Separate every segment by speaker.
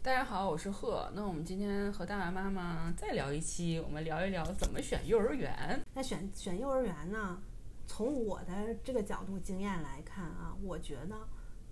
Speaker 1: 大家好，我是贺。那我们今天和大碗妈妈再聊一期，我们聊一聊怎么选幼儿园。
Speaker 2: 那选选幼儿园呢？从我的这个角度经验来看啊，我觉得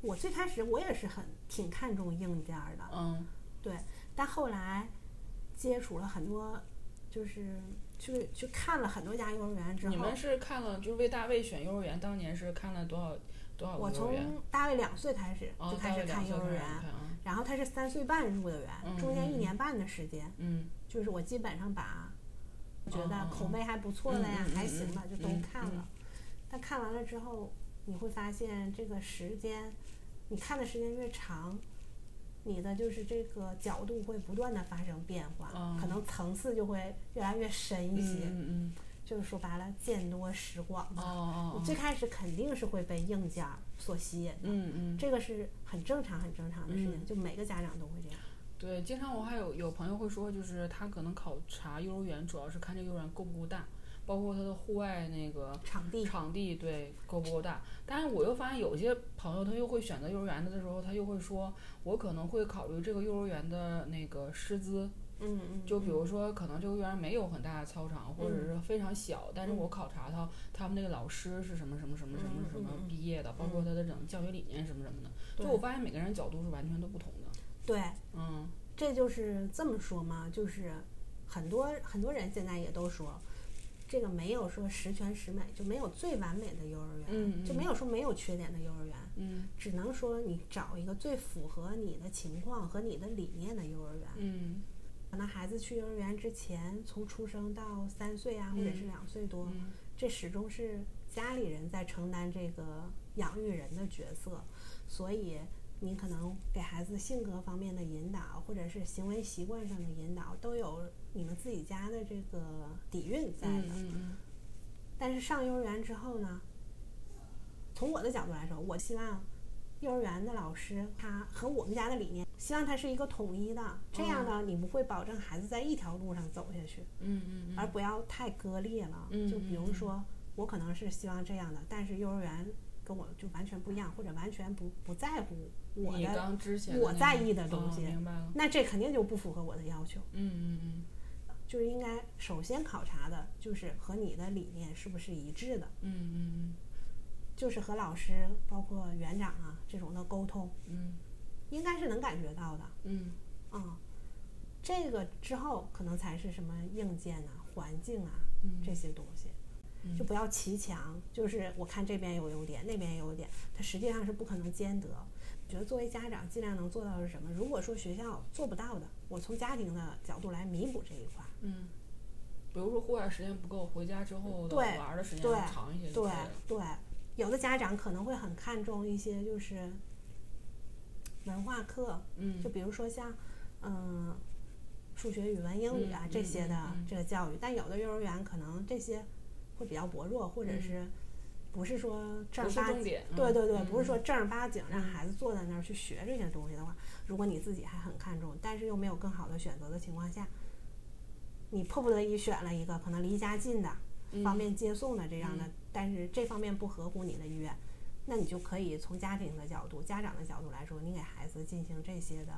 Speaker 2: 我最开始我也是很挺看重硬件儿的，
Speaker 1: 嗯
Speaker 2: 对，但后来接触了很多，就是去去看了很多家幼儿园之
Speaker 1: 你
Speaker 2: 后
Speaker 1: 们，是看了就是为大卫选幼儿园，当年是看了多少多少
Speaker 2: 我
Speaker 1: 个幼儿园？
Speaker 2: 从大卫两岁开始
Speaker 1: 哦
Speaker 2: 就开始看幼儿
Speaker 1: 大卫两岁
Speaker 2: 园，
Speaker 1: 开始看啊
Speaker 2: 然后他是三岁半入的园，
Speaker 1: 嗯
Speaker 2: 中间一
Speaker 1: 嗯
Speaker 2: 年半的时间，
Speaker 1: 嗯，
Speaker 2: 就是我基本上把我觉
Speaker 1: 哦
Speaker 2: 得
Speaker 1: 哦
Speaker 2: 口碑还不错的呀，
Speaker 1: 嗯嗯嗯
Speaker 2: 还行吧，
Speaker 1: 嗯
Speaker 2: 就都
Speaker 1: 嗯
Speaker 2: 看了。但看完了之后，你会发现这个时间，你看的时间越长，你的就是这个角度会不断的发生变化，
Speaker 1: 哦
Speaker 2: 可能层次就会越来越深一
Speaker 1: 嗯
Speaker 2: 些。
Speaker 1: 嗯
Speaker 2: 就是说白了，见多识广
Speaker 1: 嗯，哦
Speaker 2: 嘛。
Speaker 1: 哦
Speaker 2: 你最
Speaker 1: 哦，
Speaker 2: 开始肯定是会被硬件儿所吸引的，
Speaker 1: 嗯嗯。
Speaker 2: 这个是很正常、很正常的事情，
Speaker 1: 嗯
Speaker 2: 就每个家长都会这样。
Speaker 1: 对，经常我还有有朋友会说，就是他可能考察幼儿园，主要是看这个幼儿园够不够大，包括他的户外那个
Speaker 2: 场地
Speaker 1: 场地对够不够大。但是我又发现有些朋友他又会选择幼儿园的时候，他又会说，我可能会考虑这个幼儿园的那个师资，
Speaker 2: 嗯嗯，
Speaker 1: 就比如说可能这个幼儿园没有很大的操场，或者
Speaker 2: 嗯
Speaker 1: 是非常小，但是
Speaker 2: 嗯
Speaker 1: 我考察到他们那个老师是什么什么什么什么什么
Speaker 2: 嗯嗯嗯
Speaker 1: 毕业的，包括他的整个教学理念什么什么的。就
Speaker 2: 对
Speaker 1: 我发现每个人角度是完全都不同的。
Speaker 2: 对，
Speaker 1: 嗯
Speaker 2: 这就是这么说嘛，就是很多很多人现在也都说，这个没有说十全十美，就没有最完美的幼儿园，
Speaker 1: 嗯
Speaker 2: 就
Speaker 1: 嗯
Speaker 2: 没有说没有缺点的幼儿园，
Speaker 1: 嗯
Speaker 2: 只能说你找一个最符合你的情况和你的理念的幼儿园。
Speaker 1: 嗯
Speaker 2: 可能孩子去幼儿园之前，从出生到三岁啊，或者是
Speaker 1: 嗯
Speaker 2: 两岁多，
Speaker 1: 嗯
Speaker 2: 这始终是家里人在承担这个养育人的角色，所以你可能给孩子性格方面的引导，或者是行为习惯上的引导，都有你们自己家的这个底蕴在
Speaker 1: 嗯
Speaker 2: 的。
Speaker 1: 嗯嗯
Speaker 2: 但是上幼儿园之后呢，从我的角度来说，我希望幼儿园的老师他和我们家的理念，希望他是一个统一的，这样呢，你不会保证孩子在一条路上走下去。
Speaker 1: 嗯嗯嗯，
Speaker 2: 而不要太割裂了。
Speaker 1: 嗯
Speaker 2: 就比
Speaker 1: 嗯
Speaker 2: 如
Speaker 1: 嗯
Speaker 2: 说，我可能是希望这样的，但是幼儿园跟我就完全不一样，或者完全不不在乎我
Speaker 1: 你
Speaker 2: 的，
Speaker 1: 刚之前的
Speaker 2: 我
Speaker 1: 那
Speaker 2: 在
Speaker 1: 个
Speaker 2: 意的东
Speaker 1: 哦
Speaker 2: 西
Speaker 1: 明白了。
Speaker 2: 那这肯定就不符合我的要求。
Speaker 1: 嗯嗯嗯
Speaker 2: 就是应该首先考察的就是和你的理念是不是一致的，
Speaker 1: 嗯嗯
Speaker 2: 就是和老师包括园长啊这种的沟通，
Speaker 1: 嗯
Speaker 2: 应该是能感觉到的啊、
Speaker 1: 嗯
Speaker 2: 嗯这个之后可能才是什么硬件啊、环境啊
Speaker 1: 嗯
Speaker 2: 这些东西。
Speaker 1: 嗯，
Speaker 2: 就不要骑墙，就是我看这边有优点，那边也有优点，它实际上是不可能兼得。我觉得作为家长，尽量能做到的是什么？如果说学校做不到的，我从家庭的角度来弥补这一块儿。
Speaker 1: 嗯，比如说户外时间不够，回家之后的
Speaker 2: 对
Speaker 1: 玩儿的时间
Speaker 2: 对
Speaker 1: 长一些就
Speaker 2: 对
Speaker 1: 可以了。
Speaker 2: 对，有的家长可能会很看重一些就是文化课，
Speaker 1: 嗯，
Speaker 2: 就比如说像嗯、数学、语文、英语啊、
Speaker 1: 嗯
Speaker 2: 这些的
Speaker 1: 嗯嗯嗯
Speaker 2: 这个教育，但有的幼儿园可能这些会比较薄弱，或者
Speaker 1: 嗯
Speaker 2: 是不是说正
Speaker 1: 不
Speaker 2: 儿
Speaker 1: 是
Speaker 2: 八
Speaker 1: 重
Speaker 2: 经。
Speaker 1: 点。
Speaker 2: 对
Speaker 1: 嗯
Speaker 2: 对对，
Speaker 1: 嗯
Speaker 2: 不是说
Speaker 1: 嗯
Speaker 2: 正儿八经让孩子坐在那儿去学这些东西的话，如果你自己还很看重，但是又没有更好的选择的情况下，你迫不得已选了一个可能离家近的、
Speaker 1: 嗯
Speaker 2: 方便接送的这样的，但是这方面不合乎你的意愿，那你就可以从家庭的角度、家长的角度来说，你给孩子进行这些的，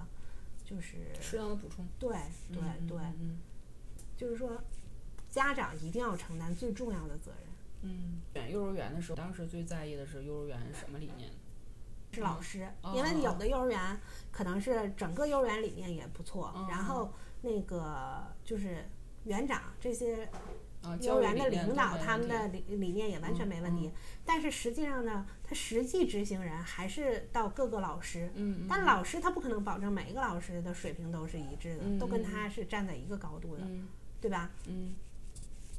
Speaker 2: 就是
Speaker 1: 适当的补充。
Speaker 2: 对对
Speaker 1: 嗯
Speaker 2: 对，
Speaker 1: 嗯
Speaker 2: 就是说家长一定要承担最重要的责任。
Speaker 1: 嗯嗯，选幼儿园的时候，当时最在意的是幼儿园什么理念？
Speaker 2: 是老师，
Speaker 1: 哦
Speaker 2: 因为有的幼儿园可能是整个幼儿园理念也不错，
Speaker 1: 嗯
Speaker 2: 然后那个就是园长这些
Speaker 1: 啊，
Speaker 2: 幼
Speaker 1: 教
Speaker 2: 儿
Speaker 1: 育
Speaker 2: 园的
Speaker 1: 理念
Speaker 2: 领
Speaker 1: 都
Speaker 2: 导
Speaker 1: 没
Speaker 2: 他们
Speaker 1: 问
Speaker 2: 的
Speaker 1: 题嗯
Speaker 2: 理理念也完全没问题，但是实际上呢，他实际执行人还是到各个老师。
Speaker 1: 嗯嗯
Speaker 2: 但老师他不可能保证每一个老师的水平都是一致的，
Speaker 1: 嗯
Speaker 2: 都跟
Speaker 1: 嗯
Speaker 2: 他是站在一个高度的，
Speaker 1: 嗯
Speaker 2: 对吧？
Speaker 1: 嗯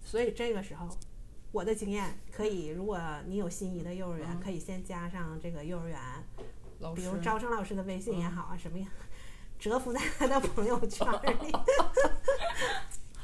Speaker 2: 所以这个时候，我的经验可以，如果你有心仪的幼儿园，
Speaker 1: 嗯
Speaker 2: 可以先加上这个幼儿园
Speaker 1: 老
Speaker 2: 比
Speaker 1: 师嗯
Speaker 2: 如招生老师的微信也好啊，什么呀，蛰伏在他的朋友圈儿 里。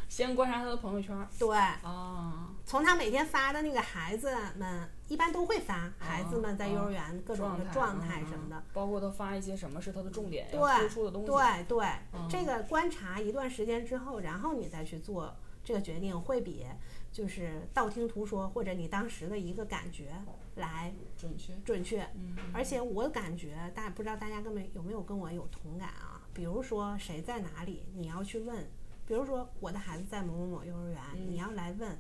Speaker 1: 先观察他的朋友圈儿
Speaker 2: 对，
Speaker 1: 啊，
Speaker 2: 从他每天发的那个孩子们，一般都会发孩子们在幼儿
Speaker 1: 哦
Speaker 2: 园各种的状态什么的。
Speaker 1: 嗯，嗯包括他发一些什么是他的重点要突
Speaker 2: 对
Speaker 1: 出的东西。
Speaker 2: 对对
Speaker 1: 嗯，
Speaker 2: 这个观察一段时间之后，然后你再去做这个决定，会比就是道听途说或者你当时的一个感觉来
Speaker 1: 准确。
Speaker 2: 准确。
Speaker 1: 嗯，
Speaker 2: 而且我感觉大不知道大家跟没有没有跟我有同感啊？比如说谁在哪里，你要去问。比如说我的孩子在某某某幼儿园，
Speaker 1: 嗯
Speaker 2: 你要来问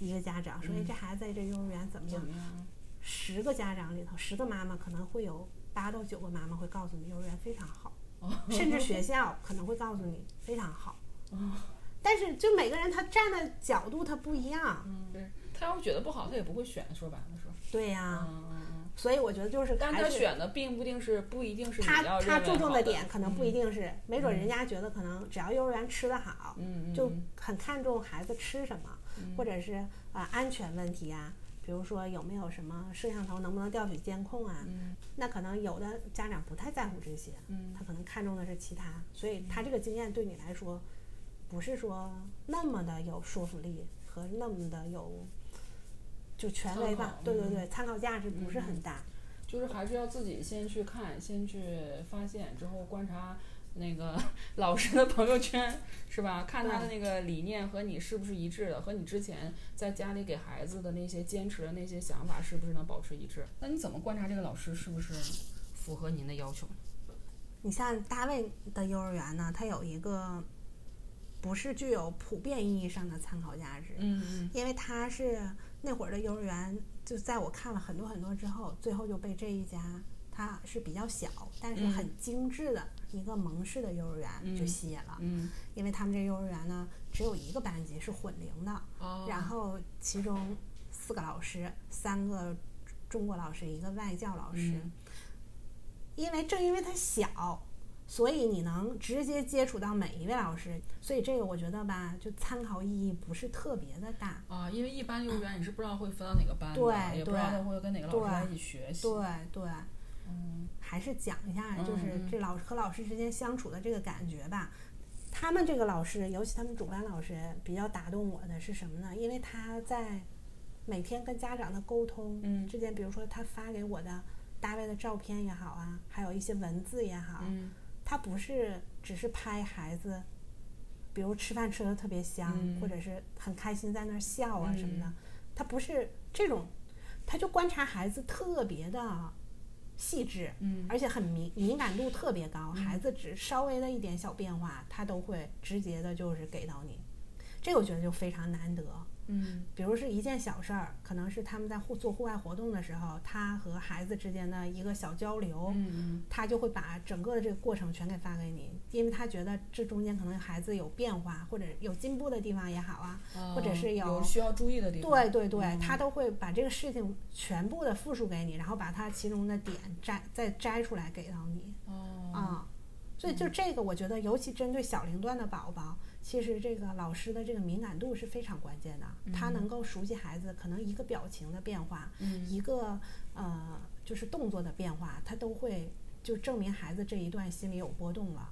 Speaker 2: 一个家长说：“哎，
Speaker 1: 嗯
Speaker 2: 这孩子在这幼儿园怎么
Speaker 1: 怎
Speaker 2: 样？”
Speaker 1: 么样？
Speaker 2: 十个家长里头，十个妈妈可能会有八到九个妈妈会告诉你幼儿园非常好，
Speaker 1: 哦
Speaker 2: 甚至学校可能会告诉你非常好。
Speaker 1: 哦
Speaker 2: 但是就每个人他站的角度他不一样，
Speaker 1: 嗯，对，他要是觉得不好，他也不会选。说白了说，
Speaker 2: 对呀、
Speaker 1: 嗯嗯嗯。
Speaker 2: 所以我觉得就是
Speaker 1: 但
Speaker 2: 啊还
Speaker 1: 他
Speaker 2: 是
Speaker 1: 选的并不定是不一定是你
Speaker 2: 他
Speaker 1: 要
Speaker 2: 他
Speaker 1: 认为
Speaker 2: 注重
Speaker 1: 好的
Speaker 2: 点可能不一
Speaker 1: 嗯
Speaker 2: 定是，没准人家觉得可能只要幼儿园吃得好，
Speaker 1: 嗯，嗯
Speaker 2: 就
Speaker 1: 嗯
Speaker 2: 很看重孩子吃什么，或者是啊、呃安全问题啊，比如说有没有什么摄像头能不能调取监控啊，
Speaker 1: 嗯
Speaker 2: 那可能有的家长不太在乎这些，
Speaker 1: 嗯
Speaker 2: 他可能看重的是其他，所以他这个经验对你来说，不是说那么的有说服力和那么的有就权威
Speaker 1: 参
Speaker 2: 吧
Speaker 1: 考，
Speaker 2: 对对
Speaker 1: 嗯
Speaker 2: 对，参考价值不是很大。
Speaker 1: 就是还是要自己先去看，先去发现，之后观察那个 老师的朋友圈，是吧？看他的那个理念和你是不是一致的，和你之前在家里给孩子的那些坚持的那些想法是不是能保持一致？那你怎么观察这个老师是不是符合您的要求呢？
Speaker 2: 你像大卫的幼儿园呢，它有一个不是具有普遍意义上的参考价值，
Speaker 1: 嗯嗯
Speaker 2: 因为它是那会儿的幼儿园，就在我看了很多很多之后，最后就被这一家。它是比较小，但是
Speaker 1: 嗯
Speaker 2: 很精致的一个蒙氏的幼儿园
Speaker 1: 嗯
Speaker 2: 就吸引了，
Speaker 1: 嗯，
Speaker 2: 因为他们这幼儿园呢只有一个班级是混龄的，
Speaker 1: 哦
Speaker 2: 然后其中四个老师，三个中国老师，一个外教老师。
Speaker 1: 嗯
Speaker 2: 因为正因为他小，所以你能直接接触到每一位老师，所以这个我觉得吧，就参考意义不是特别的大。
Speaker 1: 啊，因为一般幼儿园你是不知道会分到哪个班的，
Speaker 2: 对
Speaker 1: 也不知道
Speaker 2: 对
Speaker 1: 他会跟哪个老师在一起学习。
Speaker 2: 对对，
Speaker 1: 嗯
Speaker 2: 还是讲一下，就是
Speaker 1: 嗯嗯
Speaker 2: 这老师和老师之间相处的这个感觉吧。他们这个老师，尤其他们主班老师，比较打动我的是什么呢？因为他在每天跟家长的沟通，
Speaker 1: 嗯
Speaker 2: 之间，比如说他发给我的大卫的照片也好啊，还有一些文字也好，
Speaker 1: 嗯
Speaker 2: 他不是只是拍孩子，比如吃饭吃的特别香，
Speaker 1: 嗯
Speaker 2: 或者是很开心在那儿笑啊
Speaker 1: 嗯
Speaker 2: 什么的，他不是这种，他就观察孩子特别的细致，
Speaker 1: 嗯
Speaker 2: 而且很敏敏感度特别高，
Speaker 1: 嗯
Speaker 2: 孩子只稍微的一点小变化，他都会直接的就是给到你，这个我觉得就非常难得。
Speaker 1: 嗯
Speaker 2: 比如是一件小事儿，可能是他们在户做户外活动的时候，他和孩子之间的一个小交流，
Speaker 1: 嗯
Speaker 2: 他就会把整个的这个过程全给发给你，因为他觉得这中间可能孩子有变化或者有进步的地方也好啊，
Speaker 1: 嗯，
Speaker 2: 或者是
Speaker 1: 哦
Speaker 2: 有
Speaker 1: 有需要注意的地方。
Speaker 2: 对对对，
Speaker 1: 嗯
Speaker 2: 他都会把这个事情全部的复述给你，然后把它其中的点摘再摘出来给到你
Speaker 1: 哦，
Speaker 2: 啊、所以就这个，我觉得尤其针对小龄段的宝宝，其实这个老师的这个敏感度是非常关键的，他能够熟悉孩子可能一个表情的变化，
Speaker 1: 嗯
Speaker 2: 一个呃就是动作的变化，他都会就证明孩子这一段心里有波动了。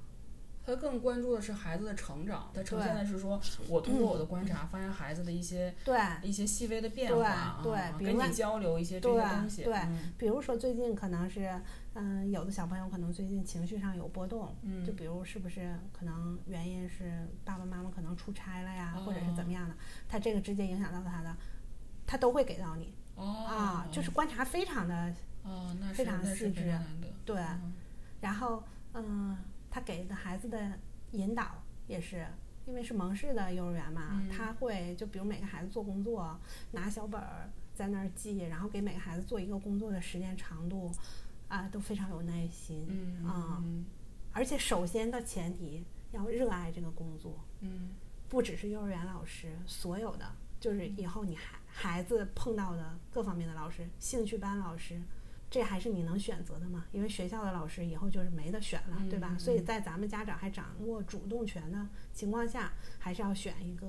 Speaker 1: 他更关注的是孩子的成长，他呈
Speaker 2: 对嗯
Speaker 1: 现的是说，我通过我的观察发现孩子的一些
Speaker 2: 对，
Speaker 1: 一些细微的变
Speaker 2: 对
Speaker 1: 化啊，
Speaker 2: 对比如
Speaker 1: 跟
Speaker 2: 说
Speaker 1: 你交流一些这
Speaker 2: 对
Speaker 1: 些东西，
Speaker 2: 对
Speaker 1: 嗯
Speaker 2: 比如说最近可能是，嗯、有的小朋友可能最近情绪上有波动，
Speaker 1: 嗯
Speaker 2: 就比如是不是可能原因是爸爸妈妈可能出差了呀，或者是怎么样
Speaker 1: 哦
Speaker 2: 的，他这个直接影响到他的，他都会给到你、
Speaker 1: 哦
Speaker 2: 啊，就是观察非常的
Speaker 1: 哦，那是
Speaker 2: 非常
Speaker 1: 那是
Speaker 2: 细
Speaker 1: 非
Speaker 2: 致
Speaker 1: 常难得，
Speaker 2: 对，
Speaker 1: 嗯
Speaker 2: 然后嗯、他给的孩子的引导也是。因为是蒙氏的幼儿园嘛，
Speaker 1: 嗯
Speaker 2: 他会就比如每个孩子做工作，拿小本儿在那儿记，然后给每个孩子做一个工作的时间长度，啊，都非常有耐心。
Speaker 1: 嗯
Speaker 2: 啊
Speaker 1: 嗯
Speaker 2: 而且首先的前提要热爱这个工作，
Speaker 1: 嗯
Speaker 2: 不只是幼儿园老师，所有的就是以后你孩孩子碰到的各方面的老师，兴趣班老师，这还是你能选择的嘛？因为学校的老师以后就是没得选了，对吧？
Speaker 1: 嗯
Speaker 2: 所以在咱们家长还掌握主动权的情况下，还是要选一个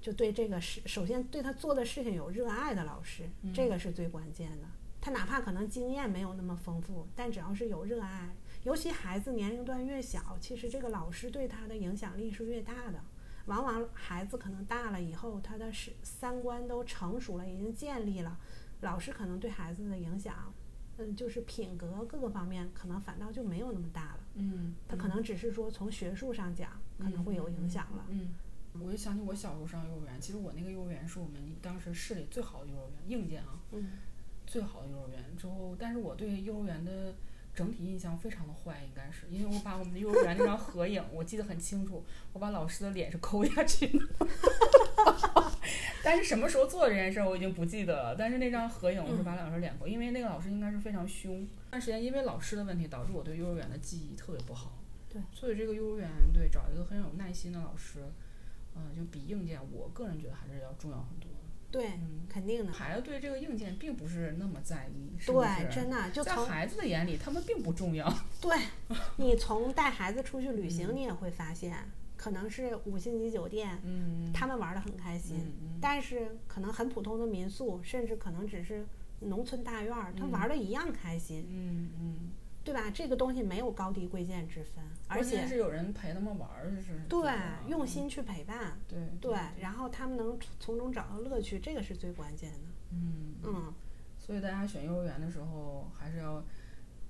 Speaker 2: 就对这个事，首先对他做的事情有热爱的老师，
Speaker 1: 嗯
Speaker 2: 这个是最关键的。他哪怕可能经验没有那么丰富，但只要是有热爱，尤其孩子年龄段越小，其实这个老师对他的影响力是越大的。往往孩子可能大了以后，他的是三观都成熟了，已经建立了，老师可能对孩子的影响，嗯，就是品格各个方面可能反倒就没有那么大了。
Speaker 1: 嗯，
Speaker 2: 他可能只是说从学术上讲，可能会有影响了。
Speaker 1: 嗯，我就想起我小时候上幼儿园，其实我那个幼儿园是我们当时市里最好的幼儿园，硬件啊，
Speaker 2: 嗯
Speaker 1: 最好的幼儿园之后，但是我对幼儿园的整体印象非常的坏，应该是因为我把我们的幼儿园那张合影我记得很清楚，我把老师的脸是抠下去的。 但是什么时候做这件事儿我已经不记得了。但是那张合影我是把老师脸抠，因为那个老师应该是非常凶。那段时间因为老师的问题，导致我对幼儿园的记忆特别不好。
Speaker 2: 对，
Speaker 1: 所以这个幼儿园对找一个很有耐心的老师，嗯、就比硬件，我个人觉得还是要重要很多。
Speaker 2: 对，
Speaker 1: 嗯，
Speaker 2: 肯定的，
Speaker 1: 孩子对这个硬件并不是那么在意，是不
Speaker 2: 对，
Speaker 1: 是？
Speaker 2: 真的就
Speaker 1: 在
Speaker 2: 从
Speaker 1: 孩子的眼里，他们并不重要。
Speaker 2: 你从带孩子出去旅行，你也会发现，可能是五星级酒店，
Speaker 1: 嗯，
Speaker 2: 他们玩的很开心，
Speaker 1: 嗯嗯
Speaker 2: 但是可能很普通的民宿，甚至可能只是农村大院儿，他
Speaker 1: 嗯
Speaker 2: 玩的一样开心，
Speaker 1: 嗯嗯，
Speaker 2: 对吧？这个东西没有高低贵贱之分，而
Speaker 1: 关键
Speaker 2: 且
Speaker 1: 是有啊嗯人陪他们玩儿，就是最
Speaker 2: 对
Speaker 1: 重要的
Speaker 2: 用心去陪伴，
Speaker 1: 对
Speaker 2: 对，
Speaker 1: 嗯
Speaker 2: 然后他们能从从中找到乐趣，这个是最关键的。
Speaker 1: 嗯，
Speaker 2: 嗯，
Speaker 1: 所以大家选幼儿园的时候还是要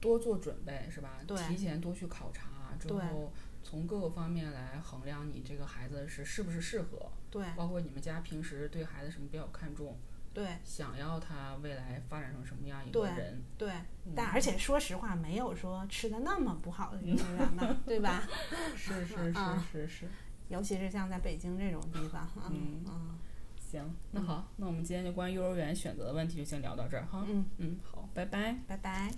Speaker 1: 多做准备，是吧？
Speaker 2: 对
Speaker 1: 提前多去考察，之
Speaker 2: 对
Speaker 1: 后从各个方面来衡量你这个孩子是是不是适合，
Speaker 2: 对
Speaker 1: 包括你们家平时对孩子什么比较看重，
Speaker 2: 对
Speaker 1: 想要他未来发展成什么样一个
Speaker 2: 对
Speaker 1: 人。
Speaker 2: 对，
Speaker 1: 嗯
Speaker 2: 但而且说实话，没有说吃的那么不好的幼儿园吧， 对吧？
Speaker 1: 是是是
Speaker 2: 啊
Speaker 1: 是是，
Speaker 2: 尤其是像在北京这种地方，
Speaker 1: 嗯
Speaker 2: 嗯
Speaker 1: 行，那好，那我们今天就关于幼儿园选择的问题就先聊到这儿哈。
Speaker 2: 嗯，
Speaker 1: 嗯，好，拜拜。
Speaker 2: 拜拜。